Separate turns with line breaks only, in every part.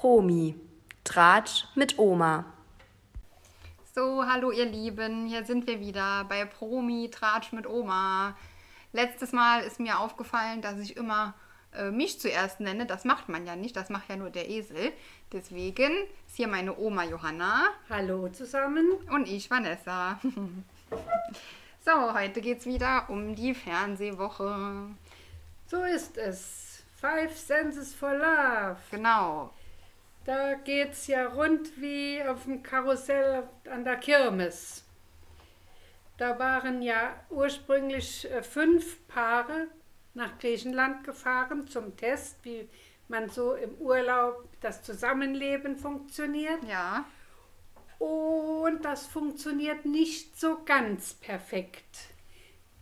Omi. Tratsch mit Oma.
So, hallo ihr Lieben, hier sind wir wieder bei Promi Tratsch mit Oma. Letztes Mal ist mir aufgefallen, dass ich immer äh, mich zuerst nenne. Das macht man ja nicht, das macht ja nur der Esel. Deswegen ist hier meine Oma Johanna
Hallo zusammen.
und ich Vanessa. so, heute geht's wieder um die Fernsehwoche.
So ist es. Five Senses for Love.
Genau.
Da geht's ja rund wie auf dem Karussell an der Kirmes. Da waren ja ursprünglich äh, fünf Paare nach Griechenland gefahren zum Test, wie man so im Urlaub das Zusammenleben funktioniert.
Ja,
Und das funktioniert nicht so ganz perfekt.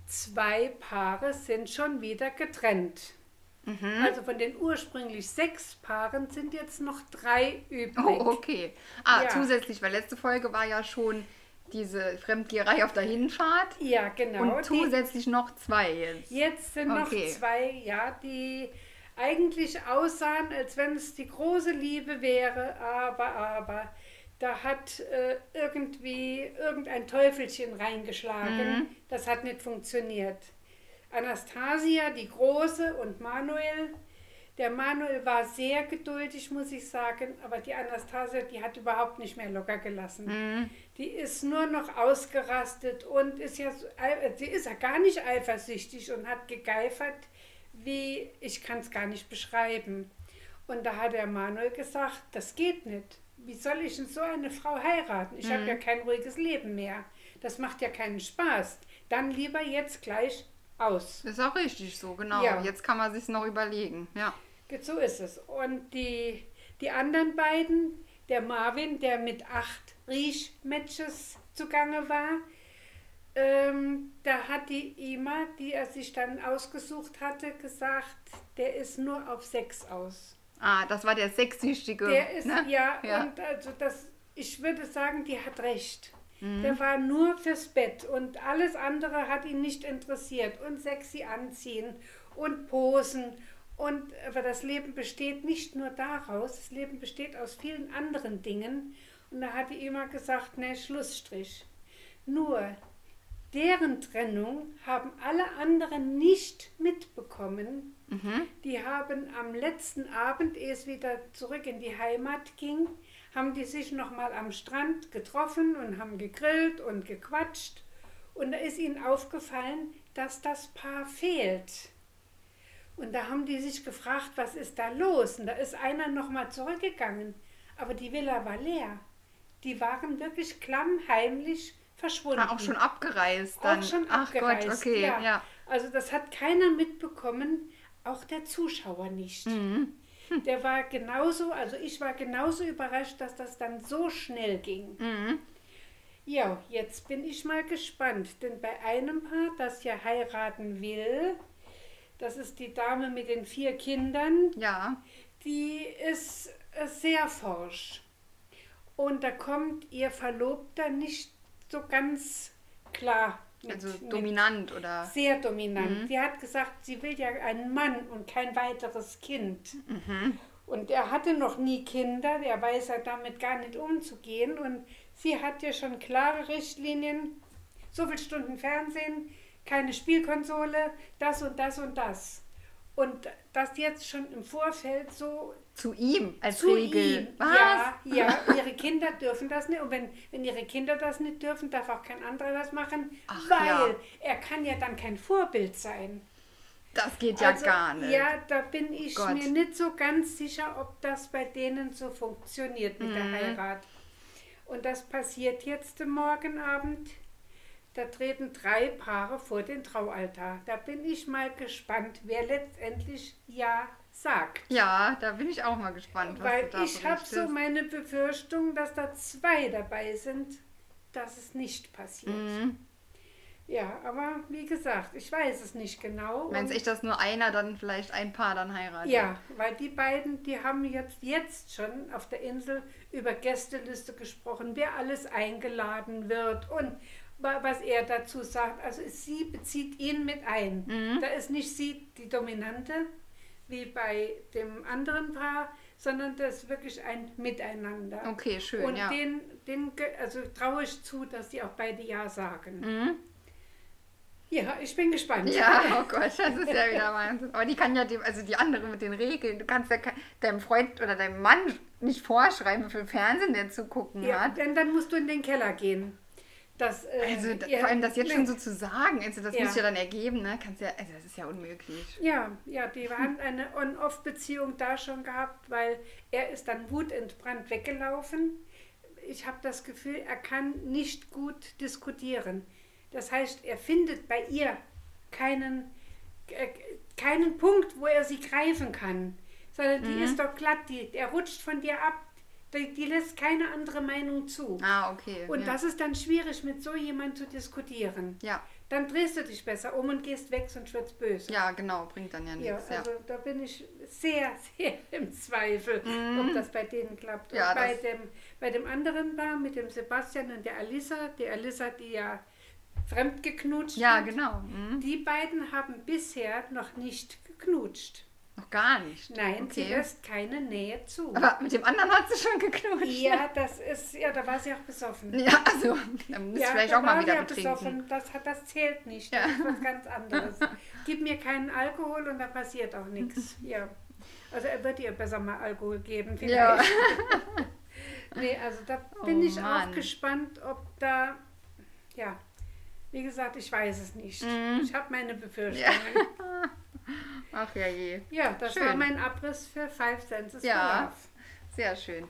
Zwei Paare sind schon wieder getrennt.
Mhm.
Also von den ursprünglich sechs Paaren sind jetzt noch drei übrig.
Oh, okay. Ah,
Ja.
zusätzlich, weil letzte Folge war ja schon diese Fremdgeherei auf der Hinfahrt.
Ja, genau.
Und
Die,
zusätzlich noch zwei jetzt.
jetzt sind noch
Okay.
zwei, ja, die eigentlich aussahen, als wenn es die große Liebe wäre, aber, aber, da hat äh, irgendwie irgendein Teufelchen reingeschlagen.
Mhm.
Das hat nicht funktioniert. Anastasia, die Große und Manuel. Der Manuel war sehr geduldig, muss ich sagen, aber die Anastasia, die hat überhaupt nicht mehr locker gelassen.
Mhm.
Die ist nur noch ausgerastet und ist ja, so, ei- sie ist ja gar nicht eifersüchtig und hat gegeifert, wie ich kann es gar nicht beschreiben. Und da hat der Manuel gesagt, das geht nicht. Wie soll ich denn so eine Frau heiraten? Ich habe ja kein ruhiges Leben mehr. Das macht ja keinen Spaß. Dann lieber jetzt gleich aus.
Ist auch richtig so, genau.
Ja.
Jetzt kann man sich noch überlegen. Ja.
So ist es. Und die, die anderen beiden, der Marvin, der mit acht Riech-Matches zugange war, ähm, da hat die Ima, die er sich dann ausgesucht hatte, gesagt, der ist nur auf sechs aus.
Ah, das war der sechssüchtige.
Der ist,
ne?
ja,
Ja.
und also das, ich würde sagen, die hat recht.
Mhm.
Der war nur fürs Bett und alles andere hat ihn nicht interessiert. Und sexy anziehen und posen. Und, aber das Leben besteht nicht nur daraus, das Leben besteht aus vielen anderen Dingen. Und da hat die immer gesagt, ne, Schlussstrich. Nur, deren Trennung haben alle anderen nicht mitbekommen. Die haben am letzten Abend, ehe es wieder zurück in die Heimat ging, haben die sich nochmal am Strand getroffen und haben gegrillt und gequatscht. Und da ist ihnen aufgefallen, dass das Paar fehlt. Und da haben die sich gefragt, was ist da los? Und da ist einer nochmal zurückgegangen. Aber die Villa war leer. Die waren wirklich klammheimlich verschwunden.
Ah, auch schon abgereist dann.
Auch schon
Ach
abgereist,
Gott, okay, ja.
Also das hat keiner mitbekommen, auch der Zuschauer nicht.
Mhm. Hm.
Der war genauso, also ich war genauso überrascht, dass das dann so schnell ging.
Mhm.
Ja, jetzt bin ich mal gespannt, denn bei einem Paar, das ja heiraten will, das ist die Dame mit den vier Kindern,
Ja.
die ist äh, sehr forsch. Und da kommt ihr Verlobter nicht so ganz klar. mit-
Also
mit-
dominant oder.
Sehr dominant. Sie hat gesagt, sie will ja einen Mann und kein weiteres Kind. Und er hatte noch nie Kinder, der weiß ja damit gar nicht umzugehen. Und sie hat ja schon klare Richtlinien, so viele Stunden Fernsehen, keine Spielkonsole, das und das und das. Und das jetzt schon im Vorfeld so
Zu ihm als
zu
Regel.
ihm.
Was?
Ja, ja, ihre Kinder dürfen das nicht. Und wenn, wenn ihre Kinder das nicht dürfen, darf auch kein anderer das machen,
Ach,
weil
ja.
er kann ja dann kein Vorbild sein.
Das geht ja
Also,
gar nicht.
Ja, da bin ich
Gott.
mir nicht so ganz sicher, ob das bei denen so funktioniert mit
Mhm.
der Heirat. Und das passiert jetzt morgen Abend. Da treten drei Paare vor den Traualtar. Da bin ich mal gespannt, wer letztendlich Ja sagt.
Ja, da bin ich auch mal gespannt, was
Weil
du da
ich habe so
berichtest.
meine Befürchtung, dass da zwei dabei sind, dass es nicht passiert.
Mhm.
Ja, aber wie gesagt, ich weiß es nicht genau.
Wenn es
Und-
echt dass nur einer dann vielleicht ein Paar dann heiratet.
ja, Also, weil die beiden, die haben jetzt, jetzt schon auf der Insel über Gästeliste gesprochen, wer alles eingeladen wird und wa- was er dazu sagt. Also sie bezieht ihn mit ein.
Mhm.
Da ist nicht sie die Dominante, wie bei dem anderen Paar, sondern das ist wirklich ein Miteinander.
Okay, schön,
Und
ja.
den, den, also traue ich zu, dass die auch beide Ja sagen. Ja, ich bin gespannt.
Mhm. Ja, oh Gott, das ist ja wieder Wahnsinn. Aber die kann ja dem, also die andere mit den Regeln, du kannst ja ke- deinem Freund oder deinem Mann nicht vorschreiben, wie viel Fernsehen der zu gucken
Ja,
hat.
denn dann musst du in den Keller gehen. Das, äh,
Also da-
ja,
vor allem das jetzt schon
ne,
so zu sagen, also das
Ja.
muss ja dann ergeben, ne? Kannst ja, also das ist ja unmöglich.
Ja, ja, die haben eine On-Off-Beziehung da schon gehabt, weil er ist dann wutentbrannt weggelaufen. Ich habe das Gefühl, er kann nicht gut diskutieren. Das heißt, er findet bei ihr keinen, äh, keinen Punkt, wo er sie greifen kann, sondern
Mhm.
die ist doch glatt, die, er rutscht von dir ab, die, die lässt keine andere Meinung zu.
Ah, okay.
Und
ja.
das ist dann schwierig, mit so jemand zu diskutieren.
Ja,
Dann drehst du dich besser um und gehst weg, sonst wird's böse.
ja, genau, bringt dann ja
Ja,
nichts. Ja,
also da bin ich sehr, sehr im Zweifel, ob das bei denen klappt.
Mhm. Ja,
und bei
das-
dem, bei dem anderen Paar, mit dem Sebastian und der Alissa, die Alissa, die ja fremdgeknutscht
ja
hat,
genau. Mhm.
die beiden haben bisher noch nicht geknutscht.
Noch gar nicht.
Nein, sie
okay.
lässt keine Nähe zu.
Aber mit dem anderen hat sie schon geknutscht.
ja, das ist, ja, da war sie auch besoffen.
Ja, also, dann muss
Ja,
vielleicht
da
auch mal
war sie
wieder
auch
betrinken.
besoffen. Das, hat, das zählt nicht.
Ja.
Das ist was ganz anderes. Gib mir keinen Alkohol und da passiert auch nichts. Ja. Also er wird ihr besser mal Alkohol geben. Vielleicht.
Ja.
nee, also da
Oh,
bin ich
Mann.
auch gespannt, ob da, ja, wie gesagt, ich weiß es nicht.
Mhm.
Ich habe meine Befürchtungen.
Ach ja je.
Ja, das
Schön.
war mein Abriss für Five Senses
Ja.
for Love.
Sehr schön.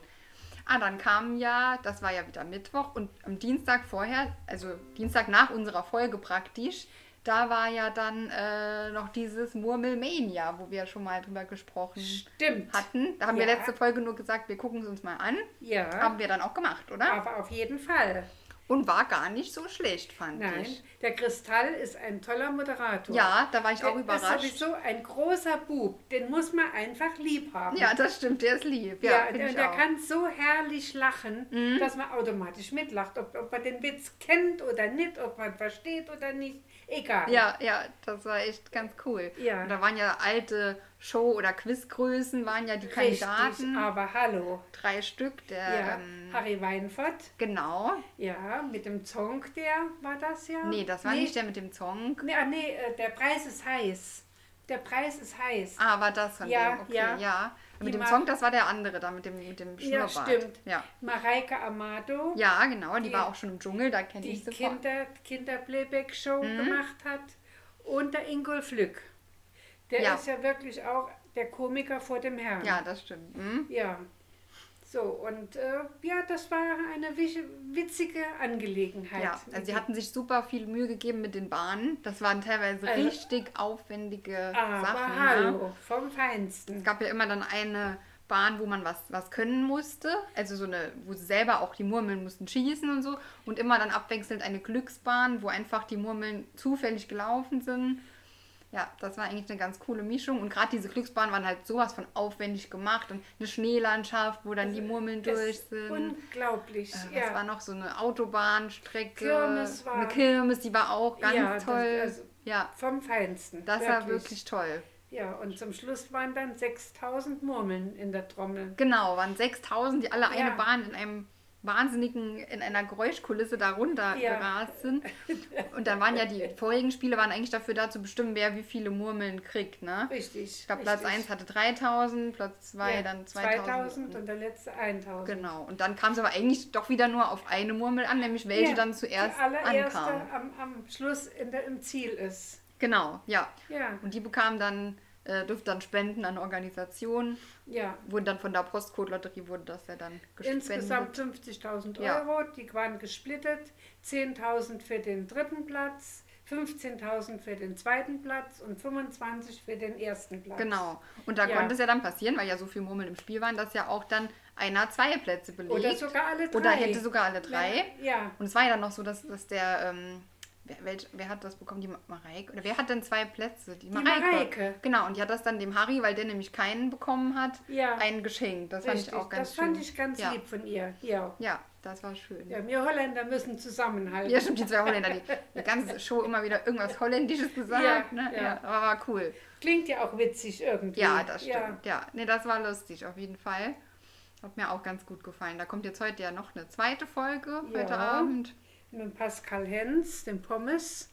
Ah, dann kam ja, das war ja wieder Mittwoch und am Dienstag vorher, also Dienstag nach unserer Folge praktisch, da war ja dann äh, noch dieses Murmelmania, wo wir schon mal drüber gesprochen
Stimmt.
hatten. Da haben wir
Ja.
letzte Folge nur gesagt, wir gucken es uns mal an.
Ja,
Haben wir dann auch gemacht, oder?
aber auf jeden Fall.
Und war gar nicht so schlecht, fand
Nein,
ich.
der Kristall ist ein toller Moderator.
Ja, da war ich auch
Der Ist
überrascht.
sowieso ein großer Bub, den muss man einfach lieb haben.
Ja, das stimmt, der ist lieb.
Ja,
Ja,
und
finde ich
der
auch. Mhm.
kann so herrlich lachen, dass man automatisch mitlacht. Ob, ob man den Witz kennt oder nicht, ob man versteht oder nicht, egal.
Ja, ja, das war echt ganz cool.
Ja.
Und da waren ja alte Show- oder Quizgrößen, waren ja die
Richtig,
Kandidaten.
aber hallo.
Drei Stück, der,
Ja,
ähm,
Harry Weinfurt,
genau.
ja, mit dem Zong, der war das ja.
Nee, das war nicht der mit dem Song.
Nee, ah, nee, äh, der Preis ist heiß. Der Preis ist heiß.
Ah, war das von
Ja,
dem, okay, ja.
ja.
Mit
Die
dem
mag-
Song, das war der andere, da mit dem, mit dem
ja,
Schnurrbart.
stimmt.
Ja.
Mareike Amado.
Ja, genau, die,
Die-
war auch schon im Dschungel, da kenne
die
ich sofort.
Kinder, Kinder-Playback-Show
Mhm.
gemacht hat, und der Ingolf Lück. Der
Ja.
ist ja wirklich auch der Komiker vor dem Herrn.
Ja, das stimmt. Hm?
Ja. So, und äh, ja, das war eine wisch- witzige Angelegenheit.
Ja, also sie hatten sich super viel Mühe gegeben mit den Bahnen. Das waren teilweise
Also- Ah,
richtig aufwendige
Aber
Sachen. ne?
hallo, vom
Es
Feinsten.
gab ja immer dann eine Bahn, wo man was, was können musste. Also so eine, wo sie selber auch die Murmeln mussten schießen und so. Und immer dann abwechselnd eine Glücksbahn, wo einfach die Murmeln zufällig gelaufen sind. Ja, das war eigentlich eine ganz coole Mischung. Und gerade diese Glücksbahnen waren halt sowas von aufwendig gemacht. Und eine Schneelandschaft, wo dann die Murmeln
Das
durch
ist
sind.
Unglaublich.
Ah, Das
ja.
war noch so eine Autobahnstrecke.
Kirmes war-
Eine Kirmes, die war auch ganz
Ja, das-
toll.
also-
ja,
vom Feinsten.
das war wirklich toll.
Ja, und zum Schluss waren dann 6000 Murmeln in der Trommel.
Genau, waren 6000, die alle eine
Ja.
Bahn in einem wahnsinnigen, in einer Geräuschkulisse darunter
Ja.
gerast sind. Und dann waren ja die vorigen Spiele waren eigentlich dafür da zu bestimmen, wer wie viele Murmeln kriegt, ne?
Richtig.
Ich glaube, Platz 1 hatte 3000, Platz 2
ja,
dann 2000.
2000 und der letzte 1000.
Genau, und dann kam es aber eigentlich doch wieder nur auf eine Murmel an, nämlich welche
Ja,
dann zuerst
die allererste
ankam.
Am, am Schluss in der, im Ziel ist.
Genau, ja.
Ja,
Und die bekamen dann, äh, durften dann spenden an Organisationen,
ja.
wurden dann von der Postcode-Lotterie, wurde das ja dann gespendet.
Insgesamt 50.000
Ja.
Euro, die waren gesplittet. 10.000 für den dritten Platz, 15.000 für den zweiten Platz und 25 für den ersten Platz.
Genau. Und da
Ja.
konnte es ja dann passieren, weil ja so viele Murmeln im Spiel waren, dass ja auch dann einer zwei Plätze belegt.
Oder sogar alle drei.
Oder hätte sogar alle drei.
Ja,
Und es war ja dann noch so, dass, dass der, ähm, wer, welch, wer hat das bekommen? Die Ma- Mareike? Oder wer hat denn zwei Plätze? Die
Mareike.
Genau, und die hat das dann dem Harry, weil der nämlich keinen bekommen hat,
Ja.
einen geschenkt. Das fand ich auch ganz
das
schön.
fand ich ganz
ja.
lieb von ihr. Ja.
Ja, Das war schön.
Ja, wir Holländer müssen zusammenhalten.
Ja, stimmt, die zwei Holländer, die, die ganze Show immer wieder irgendwas Holländisches gesagt.
Ja,
ne?
ja.
ja aber war cool.
Klingt ja auch witzig irgendwie.
Ja, das stimmt.
Ja.
Ja, nee, das war lustig auf jeden Fall. Hat mir auch ganz gut gefallen. Da kommt jetzt heute ja noch eine zweite Folge heute
Ja.
Abend.
Mit Pascal Hens, dem Pommes,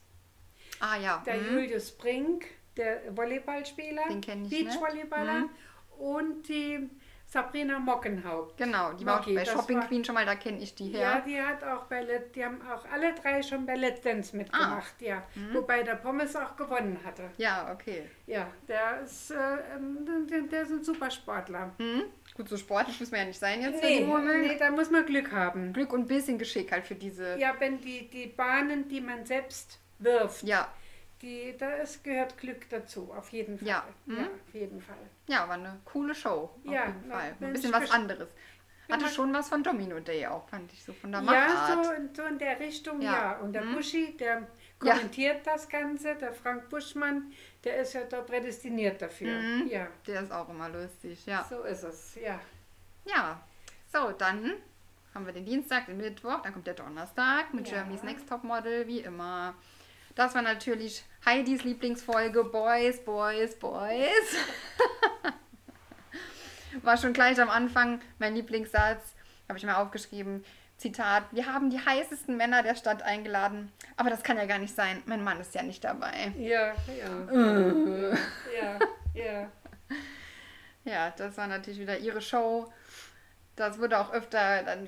Ah ja.
der
mhm.
Julius Brink, der Volleyballspieler,
Den kenn ich, ne?
Beachvolleyballer
Mhm.
und die Sabrina Mockenhaupt.
Genau, die war auch
Maggie,
bei
das
Shopping
war-
Queen schon mal, da kenne ich die
Ja,
her.
die hat auch Ballett, die haben auch alle drei schon Ballettdance mitgemacht,
Ah.
ja.
Mhm.
Wobei der Pommes auch gewonnen hatte.
Ja, okay.
Ja, der ist, äh, ähm, der, der ist ein Supersportler.
Mhm. Gut, so sportlich muss man ja nicht sein jetzt für
Nee,
die Murmeln.
nee, da muss man Glück haben.
Glück und ein bisschen Geschick halt für diese.
Ja, wenn die, die Bahnen, die man selbst wirft,
Ja,
die, da ist, gehört Glück dazu, auf jeden Fall.
Ja, Mhm.
ja auf jeden Fall.
ja, war eine coole Show. Auf
Ja,
jeden
na,
Fall.
bin
Ein bisschen
ich
was
gespannt.
anderes. Hatte
mal-
schon was von Domino Day auch, fand ich so von der Machart.
Genau. Ja, so, in- so in der Richtung, ja.
Ja. Mhm.
Und der Buschi, der kommentiert das Ganze, der Frank Buschmann, der ist ja da prädestiniert dafür. Ja,
Der ist auch immer lustig, Mhm. ja.
so ist es, ja.
Ja, so, dann haben wir den Dienstag, den Mittwoch, dann kommt der Donnerstag mit
Ja.
Germany's Next Topmodel, wie immer. Das war natürlich Heidis Lieblingsfolge, Boys, Boys, Boys. war schon gleich am Anfang mein Lieblingssatz, habe ich mir aufgeschrieben. Zitat, wir haben die heißesten Männer der Stadt eingeladen, aber das kann ja gar nicht sein, mein Mann ist ja nicht dabei.
Ja, ja.
Äh.
ja, ja.
Ja, das war natürlich wieder ihre Show. Das wurde auch öfter dann,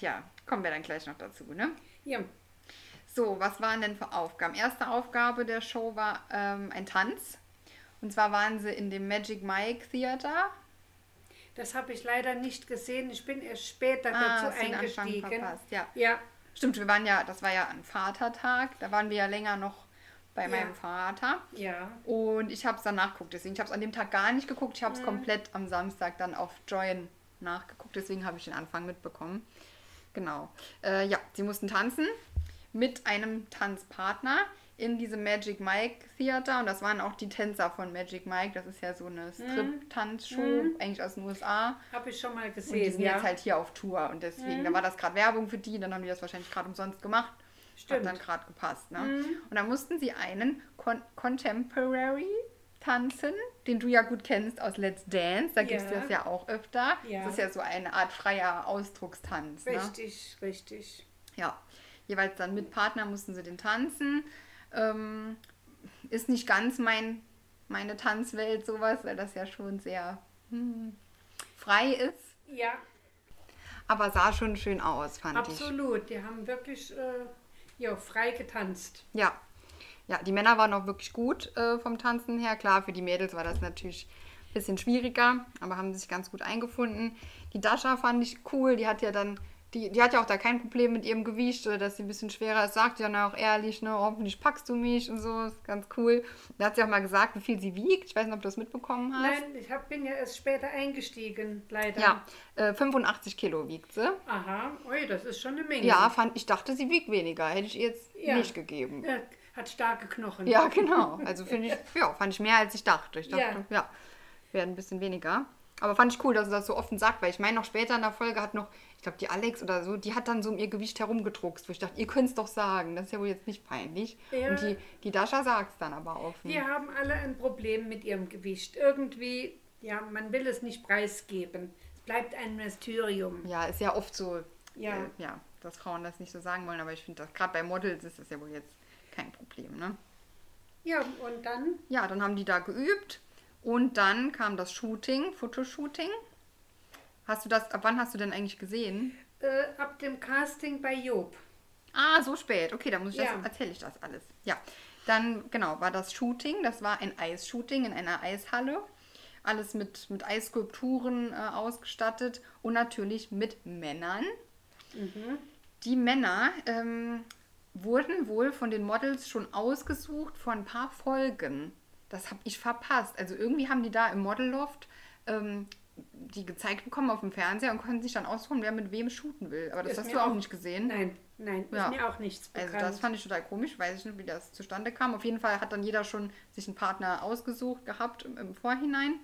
ja, kommen wir dann gleich noch dazu, ne?
Ja,
So, was waren denn für Aufgaben? Erste Aufgabe der Show war ähm, ein Tanz. Und zwar waren sie in dem Magic Mike Theater.
das habe ich leider nicht gesehen. Ich bin erst später
Ah,
dazu
hast den Anfang
eingestiegen.
verpasst, ja.
ja,
Stimmt, wir waren ja, das war ja ein Vatertag. Da waren wir ja länger noch bei meinem Vater.
ja.
Und ich habe es dann nachgeguckt, deswegen. Ich habe es an dem Tag gar nicht geguckt. Ich habe es komplett am Samstag dann auf Join nachgeguckt, deswegen habe ich den Anfang mitbekommen. Genau. Äh, ja, sie mussten tanzen mit einem Tanzpartner in diesem Magic Mike Theater. Und das waren auch die Tänzer von Magic Mike. Das ist ja so eine Strip-Tanzshow, eigentlich aus den USA.
Habe ich schon mal gesehen.
Und die sind
ja. Mhm.
jetzt halt hier auf Tour. Und deswegen, da war das gerade Werbung für die. Dann haben die das wahrscheinlich gerade umsonst gemacht.
Stimmt. Mhm.
Hat dann gerade gepasst. Ne? Und dann mussten sie einen Con Contemporary tanzen, den du ja gut kennst aus Let's Dance. Da gibt's
Ja.
das ja auch öfter.
Ja.
Das ist ja so eine Art freier Ausdruckstanz. Ne?
Richtig, richtig.
Ja, jeweils dann mit Partner mussten sie den tanzen. Ähm, ist nicht ganz mein, meine Tanzwelt sowas, weil das ja schon sehr hm, frei ist.
Ja,
Aber sah schon schön aus, fand
Absolut, die haben wirklich äh, ja, frei getanzt.
ich. Ja. Ja, die Männer waren auch wirklich gut äh, vom Tanzen her. Klar, für die Mädels war das natürlich ein bisschen schwieriger, aber haben sich ganz gut eingefunden. Die Dasha fand ich cool, die hat ja dann, die, die hat ja auch da kein Problem mit ihrem Gewicht oder dass sie ein bisschen schwerer ist, sagt ja dann auch ehrlich, ne, hoffentlich packst du mich und so, ist ganz cool. Da hat sie auch mal gesagt, wie viel sie wiegt. Ich weiß nicht, ob du das mitbekommen hast.
Nein, ich hab, bin ja erst später eingestiegen, leider.
Ja, äh, 85 Kilo wiegt sie.
Aha, ui, das ist schon eine Menge.
Ja, fand, ich dachte, sie wiegt weniger. Hätte ich ihr jetzt
Genau. Ja.
nicht gegeben.
Ja, Äh, Hat starke Knochen.
Ja, genau. Also finde ich, ja, fand ich mehr als ich dachte. Ich dachte, ja, werden ein bisschen weniger. Aber fand ich cool, dass sie das so offen sagt, weil ich meine, noch später in der Folge hat noch, ich glaube, die Alex oder so, die hat dann so um ihr Gewicht herumgedruckst, wo ich dachte, ihr könnt es doch sagen, das ist ja wohl jetzt nicht peinlich.
Ja.
Und die, die Dasha sagt es dann aber offen.
Die haben alle ein Problem mit ihrem Gewicht. Irgendwie, ja, man will es nicht preisgeben. Es bleibt ein Mysterium.
Ja, ist ja oft so,
Ja.
Äh, ja dass Frauen das nicht so sagen wollen, aber ich finde, das- gerade bei Models ist das ja wohl jetzt kein Problem, ne?
Ja, und dann?
Ja, dann haben die da geübt und dann kam das Shooting, Fotoshooting. Hast du das, ab wann hast du denn eigentlich gesehen?
Äh, ab dem Casting bei Job.
Ah, so spät. Okay, dann muss ich
Ja.
das, erzähle ich das alles. Ja. Dann, genau, war das Shooting. Das war ein Eisshooting in einer Eishalle. Alles mit, mit Eisskulpturen äh, ausgestattet und natürlich mit Männern.
Mhm.
Die Männer ähm, wurden wohl von den Models schon ausgesucht vor ein paar Folgen. Das habe ich verpasst. Also irgendwie haben die da im Modelloft ähm, die gezeigt bekommen auf dem Fernseher und konnten sich dann aussuchen, wer mit wem shooten will. Aber das
Ist
hast
mir
du auch
auch-
nicht gesehen.
Nein, nein, ist
Ja.
mir auch nichts bekannt.
Also das fand ich total komisch, weiß ich nicht, wie das zustande kam. Auf jeden Fall hat dann jeder schon sich einen Partner ausgesucht gehabt im, im Vorhinein.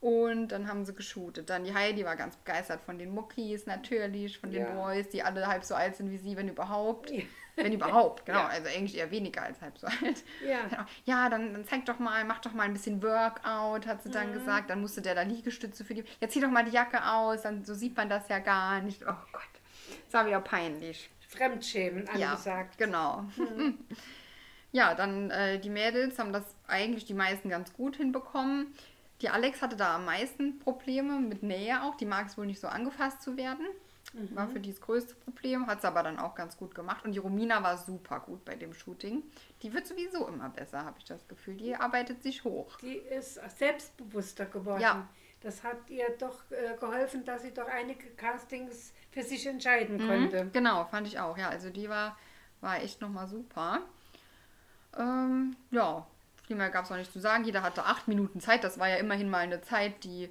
Und dann haben sie geshootet. Dann die Heidi war ganz begeistert von den Muckis natürlich, von den
Ja.
Boys, die alle halb so alt sind wie sie, wenn überhaupt.
Ja.
Wenn überhaupt, genau.
Ja.
Also eigentlich eher weniger als halb so alt. Genau.
Ja.
Ja, dann, dann zeig doch mal, mach doch mal ein bisschen Workout, hat sie
Mhm.
dann gesagt. Dann musste der da Liegestütze für die. Jetzt zieh doch mal die Jacke aus, dann so sieht man das ja gar nicht. Oh Gott. Das war wieder peinlich.
Fremdschämen angesagt.
Ja, genau. ja, dann äh, die Mädels haben das eigentlich die meisten ganz gut hinbekommen. Die Alex hatte da am meisten Probleme mit Nähe auch. Die mag es wohl nicht so angefasst zu werden. War für die das größte Problem, hat es aber dann auch ganz gut gemacht. Und die Romina war super gut bei dem Shooting. Die wird sowieso immer besser, habe ich das Gefühl. Die arbeitet sich hoch.
Die ist selbstbewusster geworden.
Ja.
Das hat ihr doch äh, geholfen, dass sie doch einige Castings für sich entscheiden konnte.
Genau, fand ich auch. Ja, also die war, war echt nochmal super. Ähm, ja, viel mehr gab es auch nicht zu sagen. Jeder hatte acht Minuten Zeit. Das war ja immerhin mal eine Zeit, die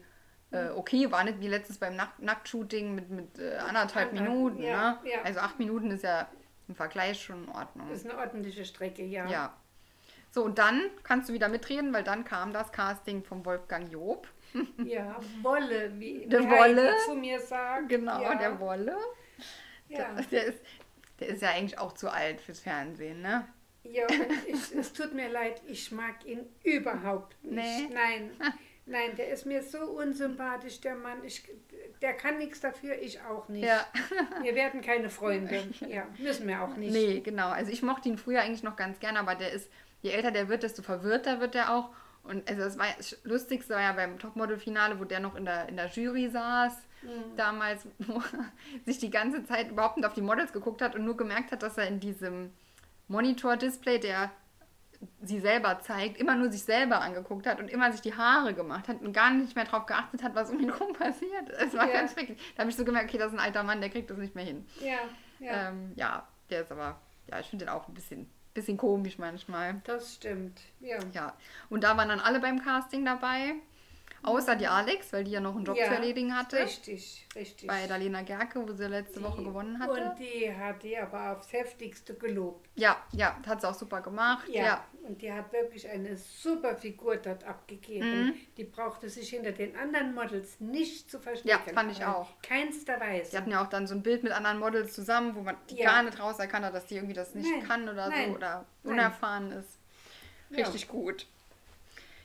äh, okay war. Nicht wie letztens beim Nack Nacktshooting mit, mit äh, anderthalb
Anderthalb,
Minuten.
ja,
ne?
ja.
Also acht Minuten ist ja im Vergleich schon in Ordnung.
Das ist eine ordentliche Strecke, ja.
ja. So, und dann kannst du wieder mitreden, weil dann kam das Casting von Wolfgang Job.
Ja, Wolle, wie
Der
wie
Wolle.
Heidi zu mir sagt.
Genau,
ja.
der Wolle.
Ja,
Der, der, ist, der ist ja eigentlich auch zu alt fürs Fernsehen, ne?
ja und ich, es tut mir leid, ich mag ihn überhaupt nicht.
Nee.
Nein, nein, der ist mir so unsympathisch, der Mann. Ich, der kann nichts dafür, ich auch nicht.
Ja.
Wir werden keine Freunde. Ja, müssen wir auch nicht.
Nee, genau. Also ich mochte ihn früher eigentlich noch ganz gern, aber der ist, je älter der wird, desto verwirrter wird er auch. Und also das war das Lustigste war ja beim Topmodel-Finale, wo der noch in der, in der Jury saß,
Mhm.
damals, wo er sich die ganze Zeit überhaupt nicht auf die Models geguckt hat und nur gemerkt hat, dass er in diesem Monitor-Display, der sie selber zeigt, immer nur sich selber angeguckt hat und immer sich die Haare gemacht hat und gar nicht mehr drauf geachtet hat, was um ihn rum passiert. Es war
Ja.
ganz schrecklich. Da habe ich so gemerkt, okay, das ist ein alter Mann, der kriegt das nicht mehr hin.
Ja, ja,
Ähm, ja, der ist aber, ja, ich finde den auch ein bisschen, bisschen komisch manchmal.
das stimmt. Ja.
Ja, und da waren dann alle beim Casting dabei, außer die Alex, weil die ja noch einen Job
Ja,
zu erledigen hatte.
Richtig, richtig.
Bei Dalena Gerke, wo sie letzte Woche
Die-
gewonnen hatte.
Und die hat die aber aufs Heftigste gelobt.
ja, ja, hat sie auch super gemacht.
Ja.
Ja.
Und die hat wirklich eine super Figur dort abgegeben.
Mhm.
Die brauchte sich hinter den anderen Models nicht zu verstecken.
Ja, fand ich auch.
Keinster
Die
Weise.
hatten ja auch dann so ein Bild mit anderen Models zusammen, wo man die
Ja.
gar nicht raus erkannt hat, dass die irgendwie das nicht
Nein,
kann oder
nein,
so oder
nein.
unerfahren ist.
Ja.
Richtig gut.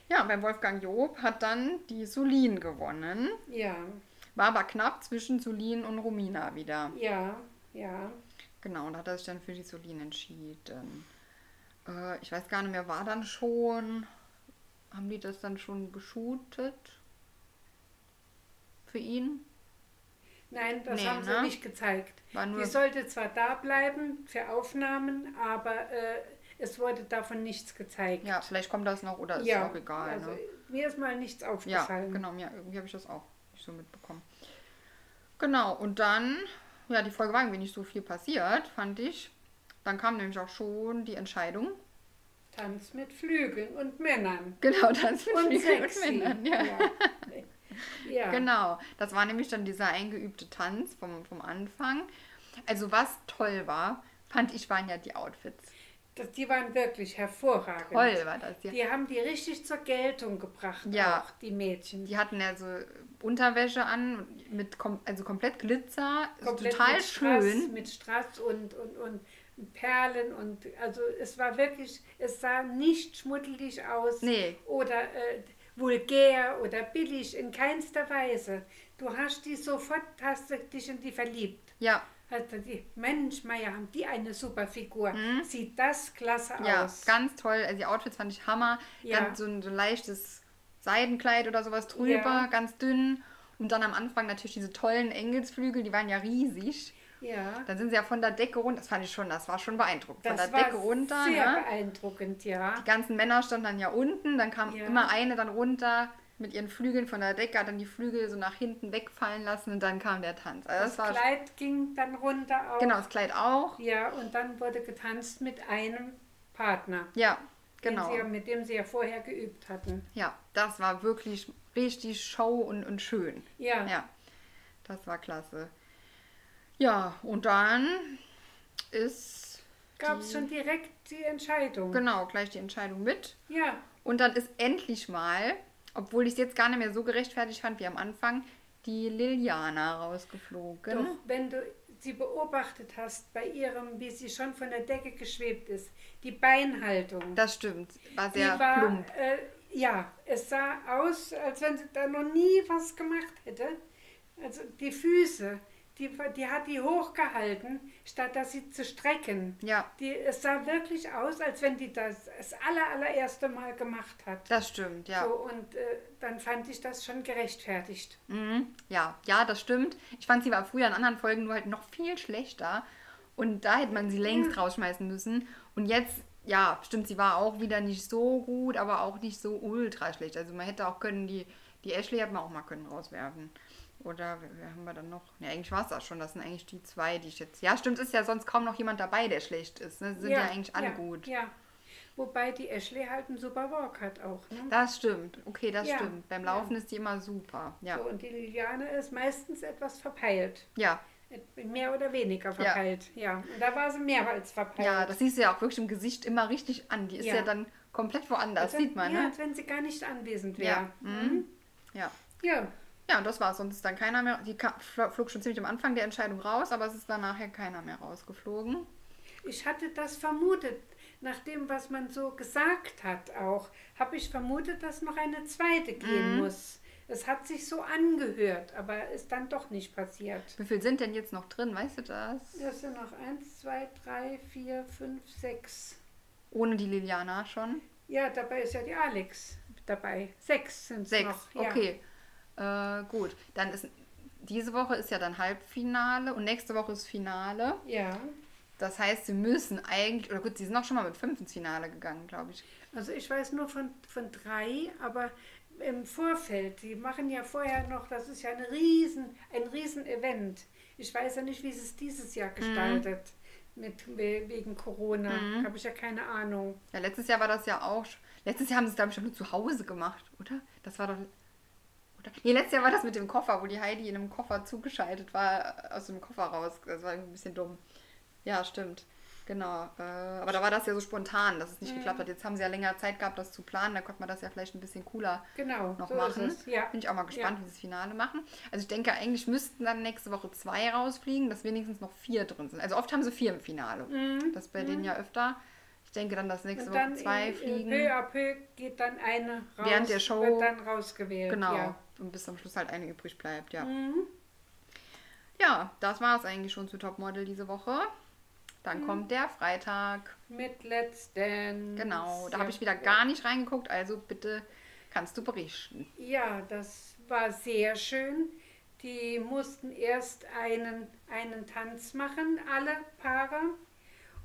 Ja, beim Wolfgang Job hat dann die Solin gewonnen.
Ja,
War aber knapp zwischen Solin und Romina wieder.
ja, ja.
Genau, und hat er sich dann für die Solin entschieden. Äh, ich weiß gar nicht mehr, war dann schon. Haben die das dann schon geshootet? Für ihn?
Nein, das
Nee,
haben sie
ne?
nicht gezeigt.
War nur-
Die sollte zwar da bleiben für Aufnahmen, aber äh, es wurde davon nichts gezeigt.
Ja, vielleicht kommt das noch oder ist auch egal.
also,
ne?
Mir ist mal nichts
Ja,
aufgefallen.
genau, ja, irgendwie habe ich das auch nicht so mitbekommen. Genau, und dann, ja, die Folge war irgendwie nicht so viel passiert, fand ich. Dann kam nämlich auch schon die Entscheidung.
Tanz mit Flügeln und Männern.
Genau, das mit
Und
Flügeln
sexy.
Männern, ja.
Ja. ja.
Genau, das war nämlich dann dieser eingeübte Tanz vom, vom Anfang. Also was toll war, fand ich, waren ja die Outfits.
Das, die waren wirklich hervorragend.
Toll war das. Die,
Die haben die richtig zur Geltung gebracht,
Ja.
auch die Mädchen.
die hatten ja so Unterwäsche an, mit kom also komplett Glitzer, ist
Komplett
Also total
mit Strass,
schön.
Mit Strass und, und, und Perlen und also es war wirklich, es sah nicht schmuddelig aus
Nee.
oder äh, vulgär oder billig, in keinster Weise. Du hast die sofort, hast du dich in die verliebt.
Ja,
Also die, Mensch, Meier, haben die eine super Figur. Sieht das klasse
Mhm. ja,
aus.
ganz toll. Also die Outfits fand ich Hammer.
Ja.
Ganz so ein so ein leichtes Seidenkleid oder sowas drüber,
Ja.
ganz dünn. Und dann am Anfang natürlich diese tollen Engelsflügel, die waren ja riesig.
ja.
Dann sind sie ja von der Decke runter, das fand ich schon, das war schon beeindruckend. Von
Das
der
war
Decke runter,
sehr
ne?
beeindruckend, ja.
Die ganzen Männer standen dann ja unten, dann kam
Ja.
immer eine dann runter mit ihren Flügeln von der Decke, hat dann die Flügel so nach hinten wegfallen lassen und dann kam der Tanz. Also das,
Das
war
Kleid ging dann runter auf.
genau das Kleid auch.
Ja, und dann wurde getanzt mit einem Partner,
Ja, genau.
den sie, um. ja- mit dem sie ja vorher geübt hatten.
Ja, das war wirklich richtig Show und, und schön.
Ja,
Ja, das war klasse. Ja, und dann ist
gab es schon direkt die Entscheidung.
genau gleich die Entscheidung mit.
Ja,
Und dann ist endlich mal obwohl ich es jetzt gar nicht mehr so gerechtfertigt fand wie am Anfang, die Liliana rausgeflogen.
Doch, wenn du sie beobachtet hast bei ihrem, wie sie schon von der Decke geschwebt ist, die Beinhaltung.
Das stimmt, war sehr
die war,
plump.
äh, ja, es sah aus, als wenn sie da noch nie was gemacht hätte. Also die Füße, die, die hat die hochgehalten, statt dass sie zu strecken.
Ja,
Die, es sah wirklich aus, als wenn die das das aller, allererste Mal gemacht hat.
das stimmt, ja.
So, und äh, dann fand ich das schon gerechtfertigt.
Mhm. Ja, ja, das stimmt. Ich fand sie war früher in anderen Folgen nur halt noch viel schlechter. Und da hätte man sie
Mhm.
längst rausschmeißen müssen. Und jetzt, ja, stimmt, sie war auch wieder nicht so gut, aber auch nicht so ultra schlecht. Also man hätte auch können, die, die Ashley hat man auch mal können rauswerfen. Oder wer, wer haben wir dann noch? Ja, eigentlich war es das schon. Das sind eigentlich die zwei, die ich jetzt. Ja, stimmt, ist ja sonst kaum noch jemand dabei, der schlecht ist. Ne? Sind ja, eigentlich alle
ja,
gut.
Ja. Wobei die Ashley halt einen super Walk hat auch. Ne?
Das stimmt. Okay, das
Ja,
stimmt. Beim Laufen ist die immer super. Ja.
So, und die Liliane ist meistens etwas verpeilt.
Ja.
Mehr oder weniger verpeilt, ja. Und da war sie mehr als verpeilt.
Ja, das siehst du ja auch wirklich im Gesicht immer richtig an. Die ist ja,
Ja.
dann komplett woanders,
Als wenn-
sieht man,
Ja,
ne?
als wenn sie gar nicht anwesend
Ja.
wäre.
Mhm. Ja.
Ja.
Ja, und das war's. Sonst ist dann keiner mehr. Die ka- fl- flog schon ziemlich am Anfang der Entscheidung raus, aber es ist dann nachher keiner mehr rausgeflogen.
ich hatte das vermutet. Nach dem, was man so gesagt hat auch, habe ich vermutet, dass noch eine zweite gehen
Mhm.
muss. Es hat sich so angehört, aber ist dann doch nicht passiert.
Wie viel sind denn jetzt noch drin, weißt du das?
Das sind noch eins, zwei, drei, vier, fünf, sechs.
Ohne die Liliana schon.
Ja, dabei ist ja die Alex dabei. Sechs sind es
Sechs.
noch. Ja.
Okay. Äh, gut. Dann ist. Diese Woche ist ja dann Halbfinale und nächste Woche ist Finale.
Ja.
Das heißt, sie müssen eigentlich, oder gut, sie sind auch schon mal mit fünf ins Finale gegangen, glaube ich.
Also ich weiß nur von, von drei, aber im Vorfeld, die machen ja vorher noch, das ist ja ein riesen, ein riesen Event. Ich weiß ja nicht, wie sie es dieses
Mhm.
Jahr gestaltet. Mit, we- wegen Corona
Mhm.
habe ich ja keine Ahnung.
Ja, letztes Jahr war das ja auch. sch- Letztes Jahr haben sie es, glaube ich, auch nur zu Hause gemacht, oder? Das war doch. Oder? Nee, letztes Jahr war das mit dem Koffer, wo die Heidi in einem Koffer zugeschaltet war, äh, aus dem Koffer raus. Das war irgendwie ein bisschen dumm. Ja, stimmt. Genau. Äh, aber da war das ja so spontan, dass es nicht geklappt hat. Jetzt haben sie ja länger Zeit gehabt, das zu planen. Da konnte man das ja vielleicht ein bisschen cooler
Genau.
noch
so
machen.
Ist es. Ja.
Bin ich auch mal gespannt, wie sie das Finale machen. Also ich denke, eigentlich müssten dann nächste Woche zwei rausfliegen, dass wenigstens noch vier drin sind. Also oft haben sie vier im Finale. Das ist bei denen ja öfter. Ich denke dann, dass nächste
Mhm. Und
Woche
dann
zwei
in- in
fliegen.
peu à peu geht dann eine raus.
Während der Show.
Wird dann rausgewählt.
genau.
Ja. Mhm.
Und bis zum Schluss halt eine übrig bleibt, ja. Ja, das war es eigentlich schon zu Topmodel diese Woche.
Mhm.
Dann kommt der Freitag.
Mit Let's Dance.
Genau. Da
Ja.
habe ich wieder gar nicht reingeguckt, also bitte kannst du berichten.
Ja, das war sehr schön. Die mussten erst einen, einen Tanz machen, alle Paare.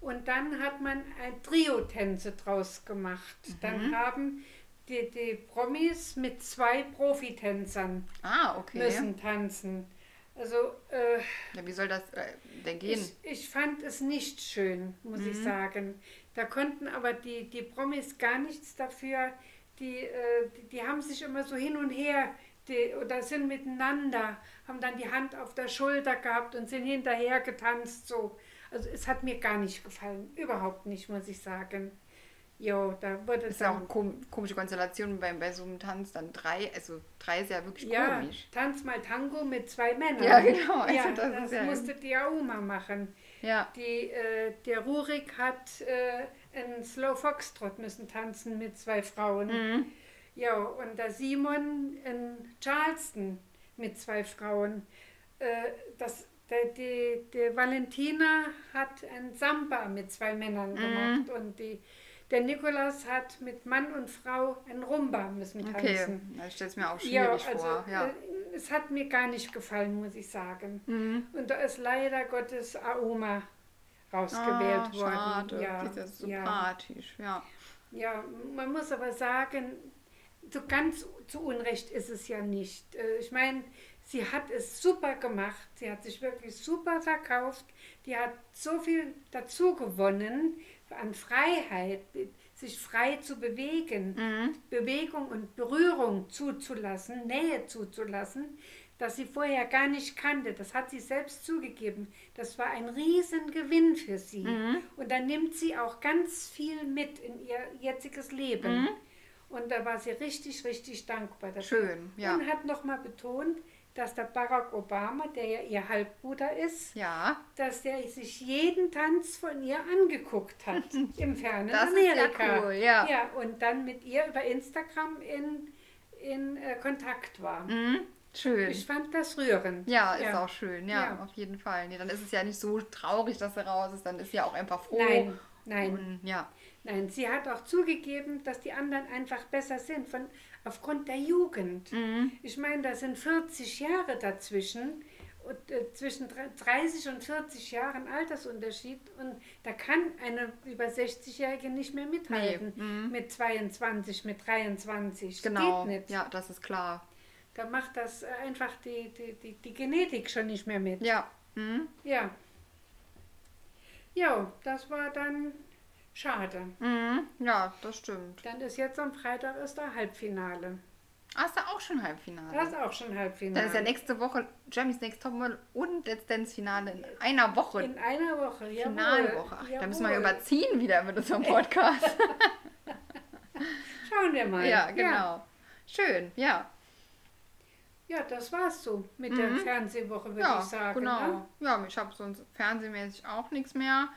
Und dann hat man ein Trio-Tänze draus gemacht. Dann haben die, die Promis mit zwei Profitänzern
Ah, okay.
müssen tanzen. Also äh,
Ja, wie soll das äh, denn gehen?
ich, ich fand es nicht schön, muss
Mhm.
ich sagen. Da konnten aber die, die Promis gar nichts dafür. Die, äh, die, die haben sich immer so hin und her die, oder sind miteinander, haben dann die Hand auf der Schulter gehabt und sind hinterher getanzt. So. Also es hat mir gar nicht gefallen. Überhaupt nicht, muss ich sagen. Jo, da wurde
ist ja auch eine kom komische Konstellation bei, bei so einem Tanz. Dann drei, also drei ist ja wirklich
Ja,
komisch.
tanz mal Tango mit zwei Männern.
Ja, genau. Also
ja,
das
das
ist ja-
musste die Auma machen.
Ja.
Die, äh, der Rurik hat äh, einen Slow Foxtrot müssen tanzen mit zwei Frauen. Ja, und der Simon in Charleston mit zwei Frauen. Äh, das, der, die, die Valentina hat ein Samba mit zwei Männern gemacht und die, der Nikolas hat mit Mann und Frau ein Rumba müssen
Okay,
tanzen.
das stellt es mir auch schwierig vor. Ja.
Also, äh, es hat mir gar nicht gefallen, muss ich sagen.
Mhm.
Und da ist leider Gottes Aoma rausgewählt
Ah,
worden.
Schade,
Ja,
die ist ja so
ja,
sympathisch. Ja.
ja, man muss aber sagen, so ganz zu Unrecht ist es ja nicht. Äh, Ich meine, sie hat es super gemacht. Sie hat sich wirklich super verkauft. Die hat so viel dazu gewonnen an Freiheit, sich frei zu bewegen, Bewegung und Berührung zuzulassen, Nähe zuzulassen, dass sie vorher gar nicht kannte. Das hat sie selbst zugegeben. Das war ein Riesengewinn für sie. Und dann nimmt sie auch ganz viel mit in ihr jetziges Leben. Und da war sie richtig, richtig dankbar dafür.
Schön, ja.
Und hat nochmal betont, dass der Barack Obama, der ja ihr Halbbruder ist,
Ja,
dass der sich jeden Tanz von ihr angeguckt hat im fernen
Das ist ja
Amerika.
cool, ja.
ja. Und dann mit ihr über Instagram in, in äh, Kontakt war.
mhm. schön.
Ich fand das rührend.
Ja, ist auch schön, ja,
Ja.
auf jeden Fall. Nee, dann ist es ja nicht so traurig, dass er raus ist, dann ist ja auch einfach froh.
Nein, nein,
Und, ja,
nein. Sie hat auch zugegeben, dass die anderen einfach besser sind von, aufgrund der Jugend.
Mhm.
Ich meine, da sind 40 Jahre dazwischen. Und, äh, zwischen dre- 30 und 40 Jahren Altersunterschied und da kann eine über 60-Jährige nicht mehr mithalten mit 22, mit 23.
mhm. genau.
Geht nicht.
Ja, das ist klar.
Da macht das äh, einfach die, die, die, die Genetik schon nicht mehr mit.
Ja, mhm.
Ja. Ja, das war dann schade.
Mhm. ja, das stimmt.
Dann ist jetzt am Freitag ist da Halbfinale.
Ah, ist da auch schon Halbfinale.
Das ist auch schon Halbfinale.
dann ist ja nächste Woche Jeremy's Next Topmodel und Let's Dance Finale in einer Woche.
in einer Woche. Jawohl,
Finalwoche. Ach, da müssen wir ja
jawohl. Äh.
überziehen wieder mit unserem Podcast.
Schauen wir mal.
ja, genau. Schön, ja.
Ja, das war's so mit der Fernsehwoche, würde
Mhm. Ja,
ich sagen.
genau.
Ne?
Ja, ich habe sonst fernsehmäßig auch nichts mehr.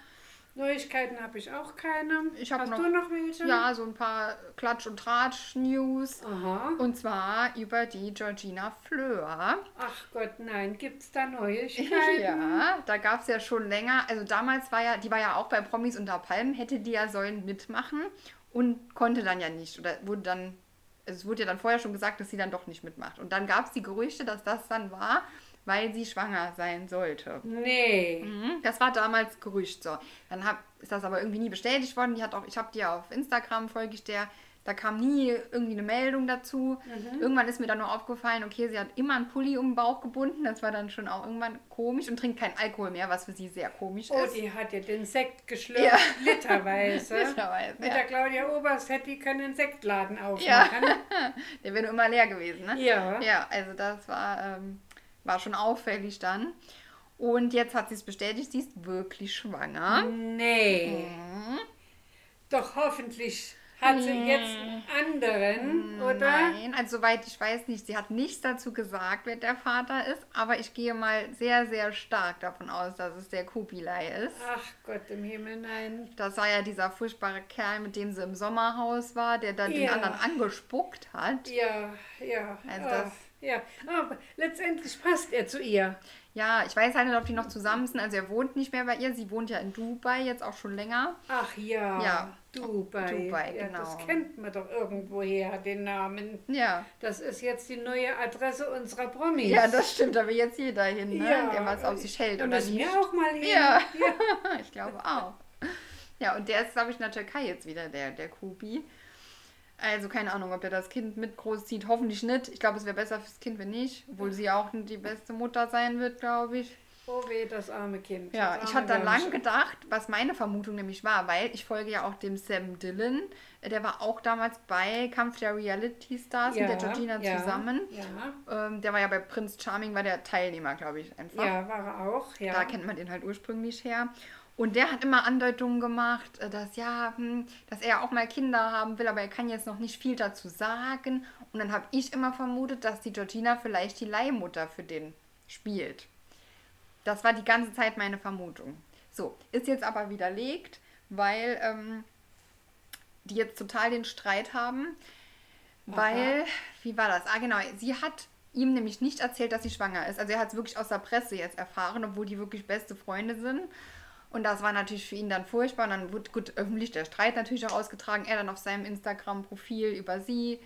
Neuigkeiten habe ich auch keine.
Ich hab
Hast
noch-
du noch welche?
Ja, so ein paar Klatsch- und Tratsch-News.
Aha.
Und zwar über die Georgina Fleur.
Ach Gott, nein. Gibt's da Neuigkeiten?
Ja, da gab es ja schon länger, also damals war ja, die war ja auch bei Promis unter Palmen, hätte die ja sollen mitmachen und konnte dann ja nicht. Oder wurde dann, also es wurde ja dann vorher schon gesagt, dass sie dann doch nicht mitmacht. Und dann gab es die Gerüchte, dass das dann war, weil sie schwanger sein sollte.
Nee.
Mhm, Das war damals Gerücht so. Dann hab, ist das aber irgendwie nie bestätigt worden. Die hat auch, ich habe die ja auf Instagram folge ich der, da kam nie irgendwie eine Meldung dazu.
Mhm.
Irgendwann ist mir dann nur aufgefallen, okay, sie hat immer einen Pulli um den Bauch gebunden. Das war dann schon auch irgendwann komisch und trinkt keinen Alkohol mehr, was für sie sehr komisch
Oh,
ist.
die hat ja den Sekt geschlürft,
Ja.
literweise.
Literweise,
Mit
ja.
der Claudia Oberst hätte die können den Sektladen aufmachen.
Der wäre nur immer leer gewesen, ne?
Ja.
Ja, also das war, ähm, war schon auffällig dann. Und jetzt hat sie es bestätigt, sie ist wirklich schwanger.
Nee. Hm? Doch hoffentlich hat sie jetzt einen anderen, oder?
Nein, also soweit ich weiß nicht. Sie hat nichts dazu gesagt, wer der Vater ist, aber ich gehe mal sehr, sehr stark davon aus, dass es der Kubilai ist.
Ach Gott im Himmel, nein.
Das war ja dieser furchtbare Kerl, mit dem sie im Sommerhaus war, der dann den
Ja.
anderen angespuckt hat.
Ja, ja.
Also
ah,
das-
ja. Aber letztendlich passt er zu ihr.
Ja, ich weiß halt nicht, ob die noch zusammen sind. Also er wohnt nicht mehr bei ihr. Sie wohnt ja in Dubai jetzt auch schon länger.
Ach ja,
Ja.
Dubai.
Dubai,
ja, Das
genau.
kennt man doch irgendwoher, den Namen.
Ja.
Das ist jetzt die neue Adresse unserer Promis.
Ja, das stimmt, aber jetzt jeder hin, ne?
Ja.
der was auf sich hält.
Da
oder
müssen
nicht.
wir auch mal hin.
Ja, ich glaube auch. Ja, und der ist, glaube ich, in der Türkei jetzt wieder, der, der Kubi. Also keine Ahnung, ob der das Kind mit großzieht. Hoffentlich nicht. Ich glaube, es wäre besser fürs Kind, wenn nicht. Obwohl sie auch nicht die beste Mutter sein wird, glaube ich.
Oh weh, das arme Kind.
Ja,
das
ich
arme
hatte dann lange
Mensch.
gedacht, was meine Vermutung nämlich war, weil ich folge ja auch dem Sam Dillon. Der war auch damals bei Kampf der Reality Stars mit der Georgina
ja,
zusammen.
Ja,
Ähm, der war ja bei Prinz Charming, war der Teilnehmer, glaube ich, einfach.
ja war er auch. Ja.
Da kennt man den halt ursprünglich her. Und der hat immer Andeutungen gemacht, äh, dass ja, hm, dass er auch mal Kinder haben will, aber er kann jetzt noch nicht viel dazu sagen. Und dann habe ich immer vermutet, dass die Georgina vielleicht die Leihmutter für den spielt. Das war die ganze Zeit meine Vermutung. So, ist jetzt aber widerlegt, weil ähm, die jetzt total den Streit haben. Weil, wie war das? Ah, genau, sie hat ihm nämlich nicht erzählt, dass sie schwanger ist. Also er hat es wirklich aus der Presse jetzt erfahren, obwohl die wirklich beste Freunde sind. Und das war natürlich für ihn dann furchtbar. Und dann wurde gut öffentlich der Streit natürlich auch ausgetragen. Er dann auf seinem Instagram-Profil über sie,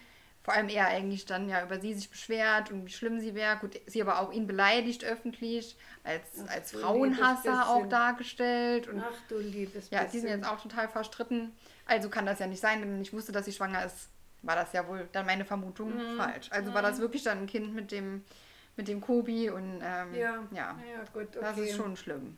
vor allem er eigentlich dann ja über sie sich beschwert und wie schlimm sie wäre. Gut, sie aber auch ihn beleidigt öffentlich, als, als
du liebes
Frauenhasser auch
bisschen.
dargestellt. Und
Ach du liebes
ja, die
bisschen.
sind jetzt auch total verstritten. Also kann das ja nicht sein, wenn ich wusste, dass sie schwanger ist, war das ja wohl dann meine Vermutung
Mhm.
falsch. Also war das wirklich dann ein Kind mit dem, mit dem Kobi und ähm,
Ja,
ja.
ja, gut, okay.
Das ist schon schlimm.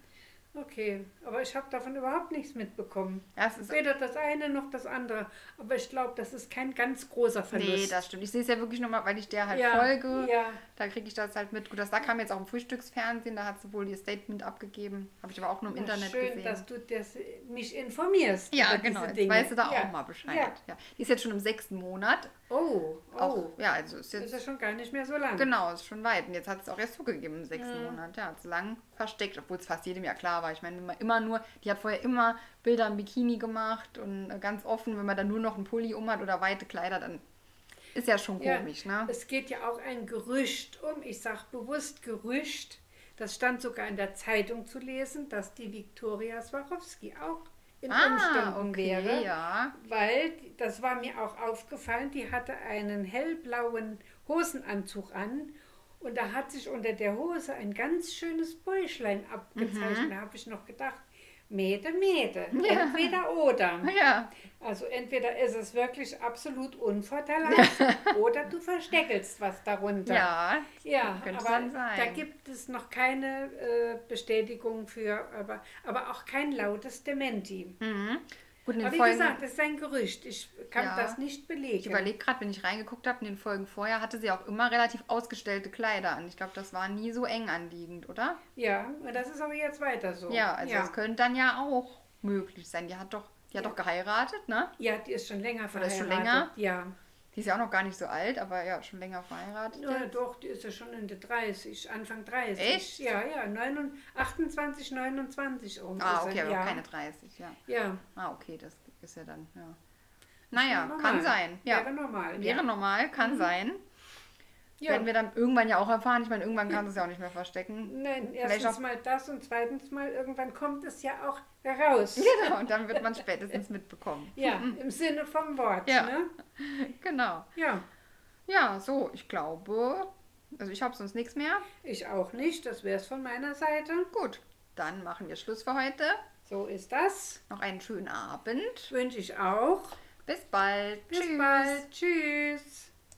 Okay, aber ich habe davon überhaupt nichts mitbekommen.
Das ist
Weder das eine noch das andere. Aber ich glaube, das ist kein ganz großer Verlust.
Nee, das stimmt. Ich sehe es ja wirklich nochmal, weil ich der halt
Ja,
folge.
ja.
Da kriege ich das halt mit. Gut, das da kam jetzt auch im Frühstücksfernsehen, da hat sie wohl ihr Statement abgegeben. Habe ich aber auch nur im
Na,
Internet
Schön,
gesehen.
dass du das, mich informierst.
ja,
über
genau.
Diese
Jetzt
Dinge.
weißt du da
ja.
auch mal Bescheid.
Ja.
Ja. Die ist jetzt schon im sechsten Monat.
Oh, oh.
Auch, ja, also ist
Das ist
jetzt.
ja schon gar nicht mehr so lang.
Genau, ist schon weit. Und jetzt hat es auch erst zugegeben im sechsten Monat. Ja, hat es lang versteckt, obwohl es fast jedem ja klar war. Ich meine, wenn man immer nur, die hat vorher immer Bilder im Bikini gemacht und äh, ganz offen, wenn man dann nur noch einen Pulli um hat oder weite Kleider, dann ist ja schon
Ja,
komisch, ne?
Es geht ja auch ein Gerücht um, ich sage bewusst Gerücht, das stand sogar in der Zeitung zu lesen, dass die Viktoria Swarovski auch in Umständen wäre.
Ah, ja.
Weil, das war mir auch aufgefallen, die hatte einen hellblauen Hosenanzug an und da hat sich unter der Hose ein ganz schönes Bäuchlein
Mhm.
abgezeichnet. Da habe ich noch gedacht, Mede, Mede, entweder oder.
Ja,
Also entweder ist es wirklich absolut unvorteilhaft oder du versteckelst was darunter.
ja.
Ja,
Könnte
aber
schon sein.
da gibt es noch keine äh, Bestätigung für, aber, aber auch kein lautes Dementi.
Gut, in Hm, den
Aber wie
Folgen,
gesagt, das ist ein Gerücht. Ich kann
Ja.
das nicht belegen.
ich überlege gerade, wenn ich reingeguckt habe, in den Folgen vorher hatte sie auch immer relativ ausgestellte Kleider an. Ich glaube, das war nie so eng anliegend, oder?
ja, und das ist aber jetzt weiter so.
Ja, also
ja.
das könnte dann ja auch möglich sein. Die hat doch, die hat doch geheiratet, ne?
ja die ist schon länger
Oder ist
verheiratet.
schon
Ja.
Die ist ja auch noch gar nicht so alt, aber ja, schon länger verheiratet.
Ja,
jetzt.
doch, die ist ja schon in der 30, Anfang 30.
Echt?
Ja, ja, 29, 28, 29 um.
ah,
ist
okay,
er,
aber
ja.
keine 30, ja.
Ja,
Ah, okay, das ist ja dann, ja. Naja,
normal.
kann sein. Ja.
Wäre normal.
Wäre
ja. Mhm.
normal, kann sein.
Ja.
Werden wir dann irgendwann ja auch erfahren. Ich meine, irgendwann kann sie es ja auch nicht mehr verstecken.
Nein,
Vielleicht
erstens
auch-
mal das und zweitens mal, irgendwann kommt es ja auch heraus.
Genau, und dann wird man spätestens mitbekommen.
Ja, im Sinne vom Wort.
Ja.
Ne?
Genau.
ja.
Ja, so, ich glaube, also ich habe sonst nichts mehr.
Ich auch nicht, das wäre es von meiner Seite.
Gut, dann machen wir Schluss für heute.
So ist das.
Noch einen schönen Abend.
Wünsche ich auch.
Bis bald.
Bis bald. Tschüss.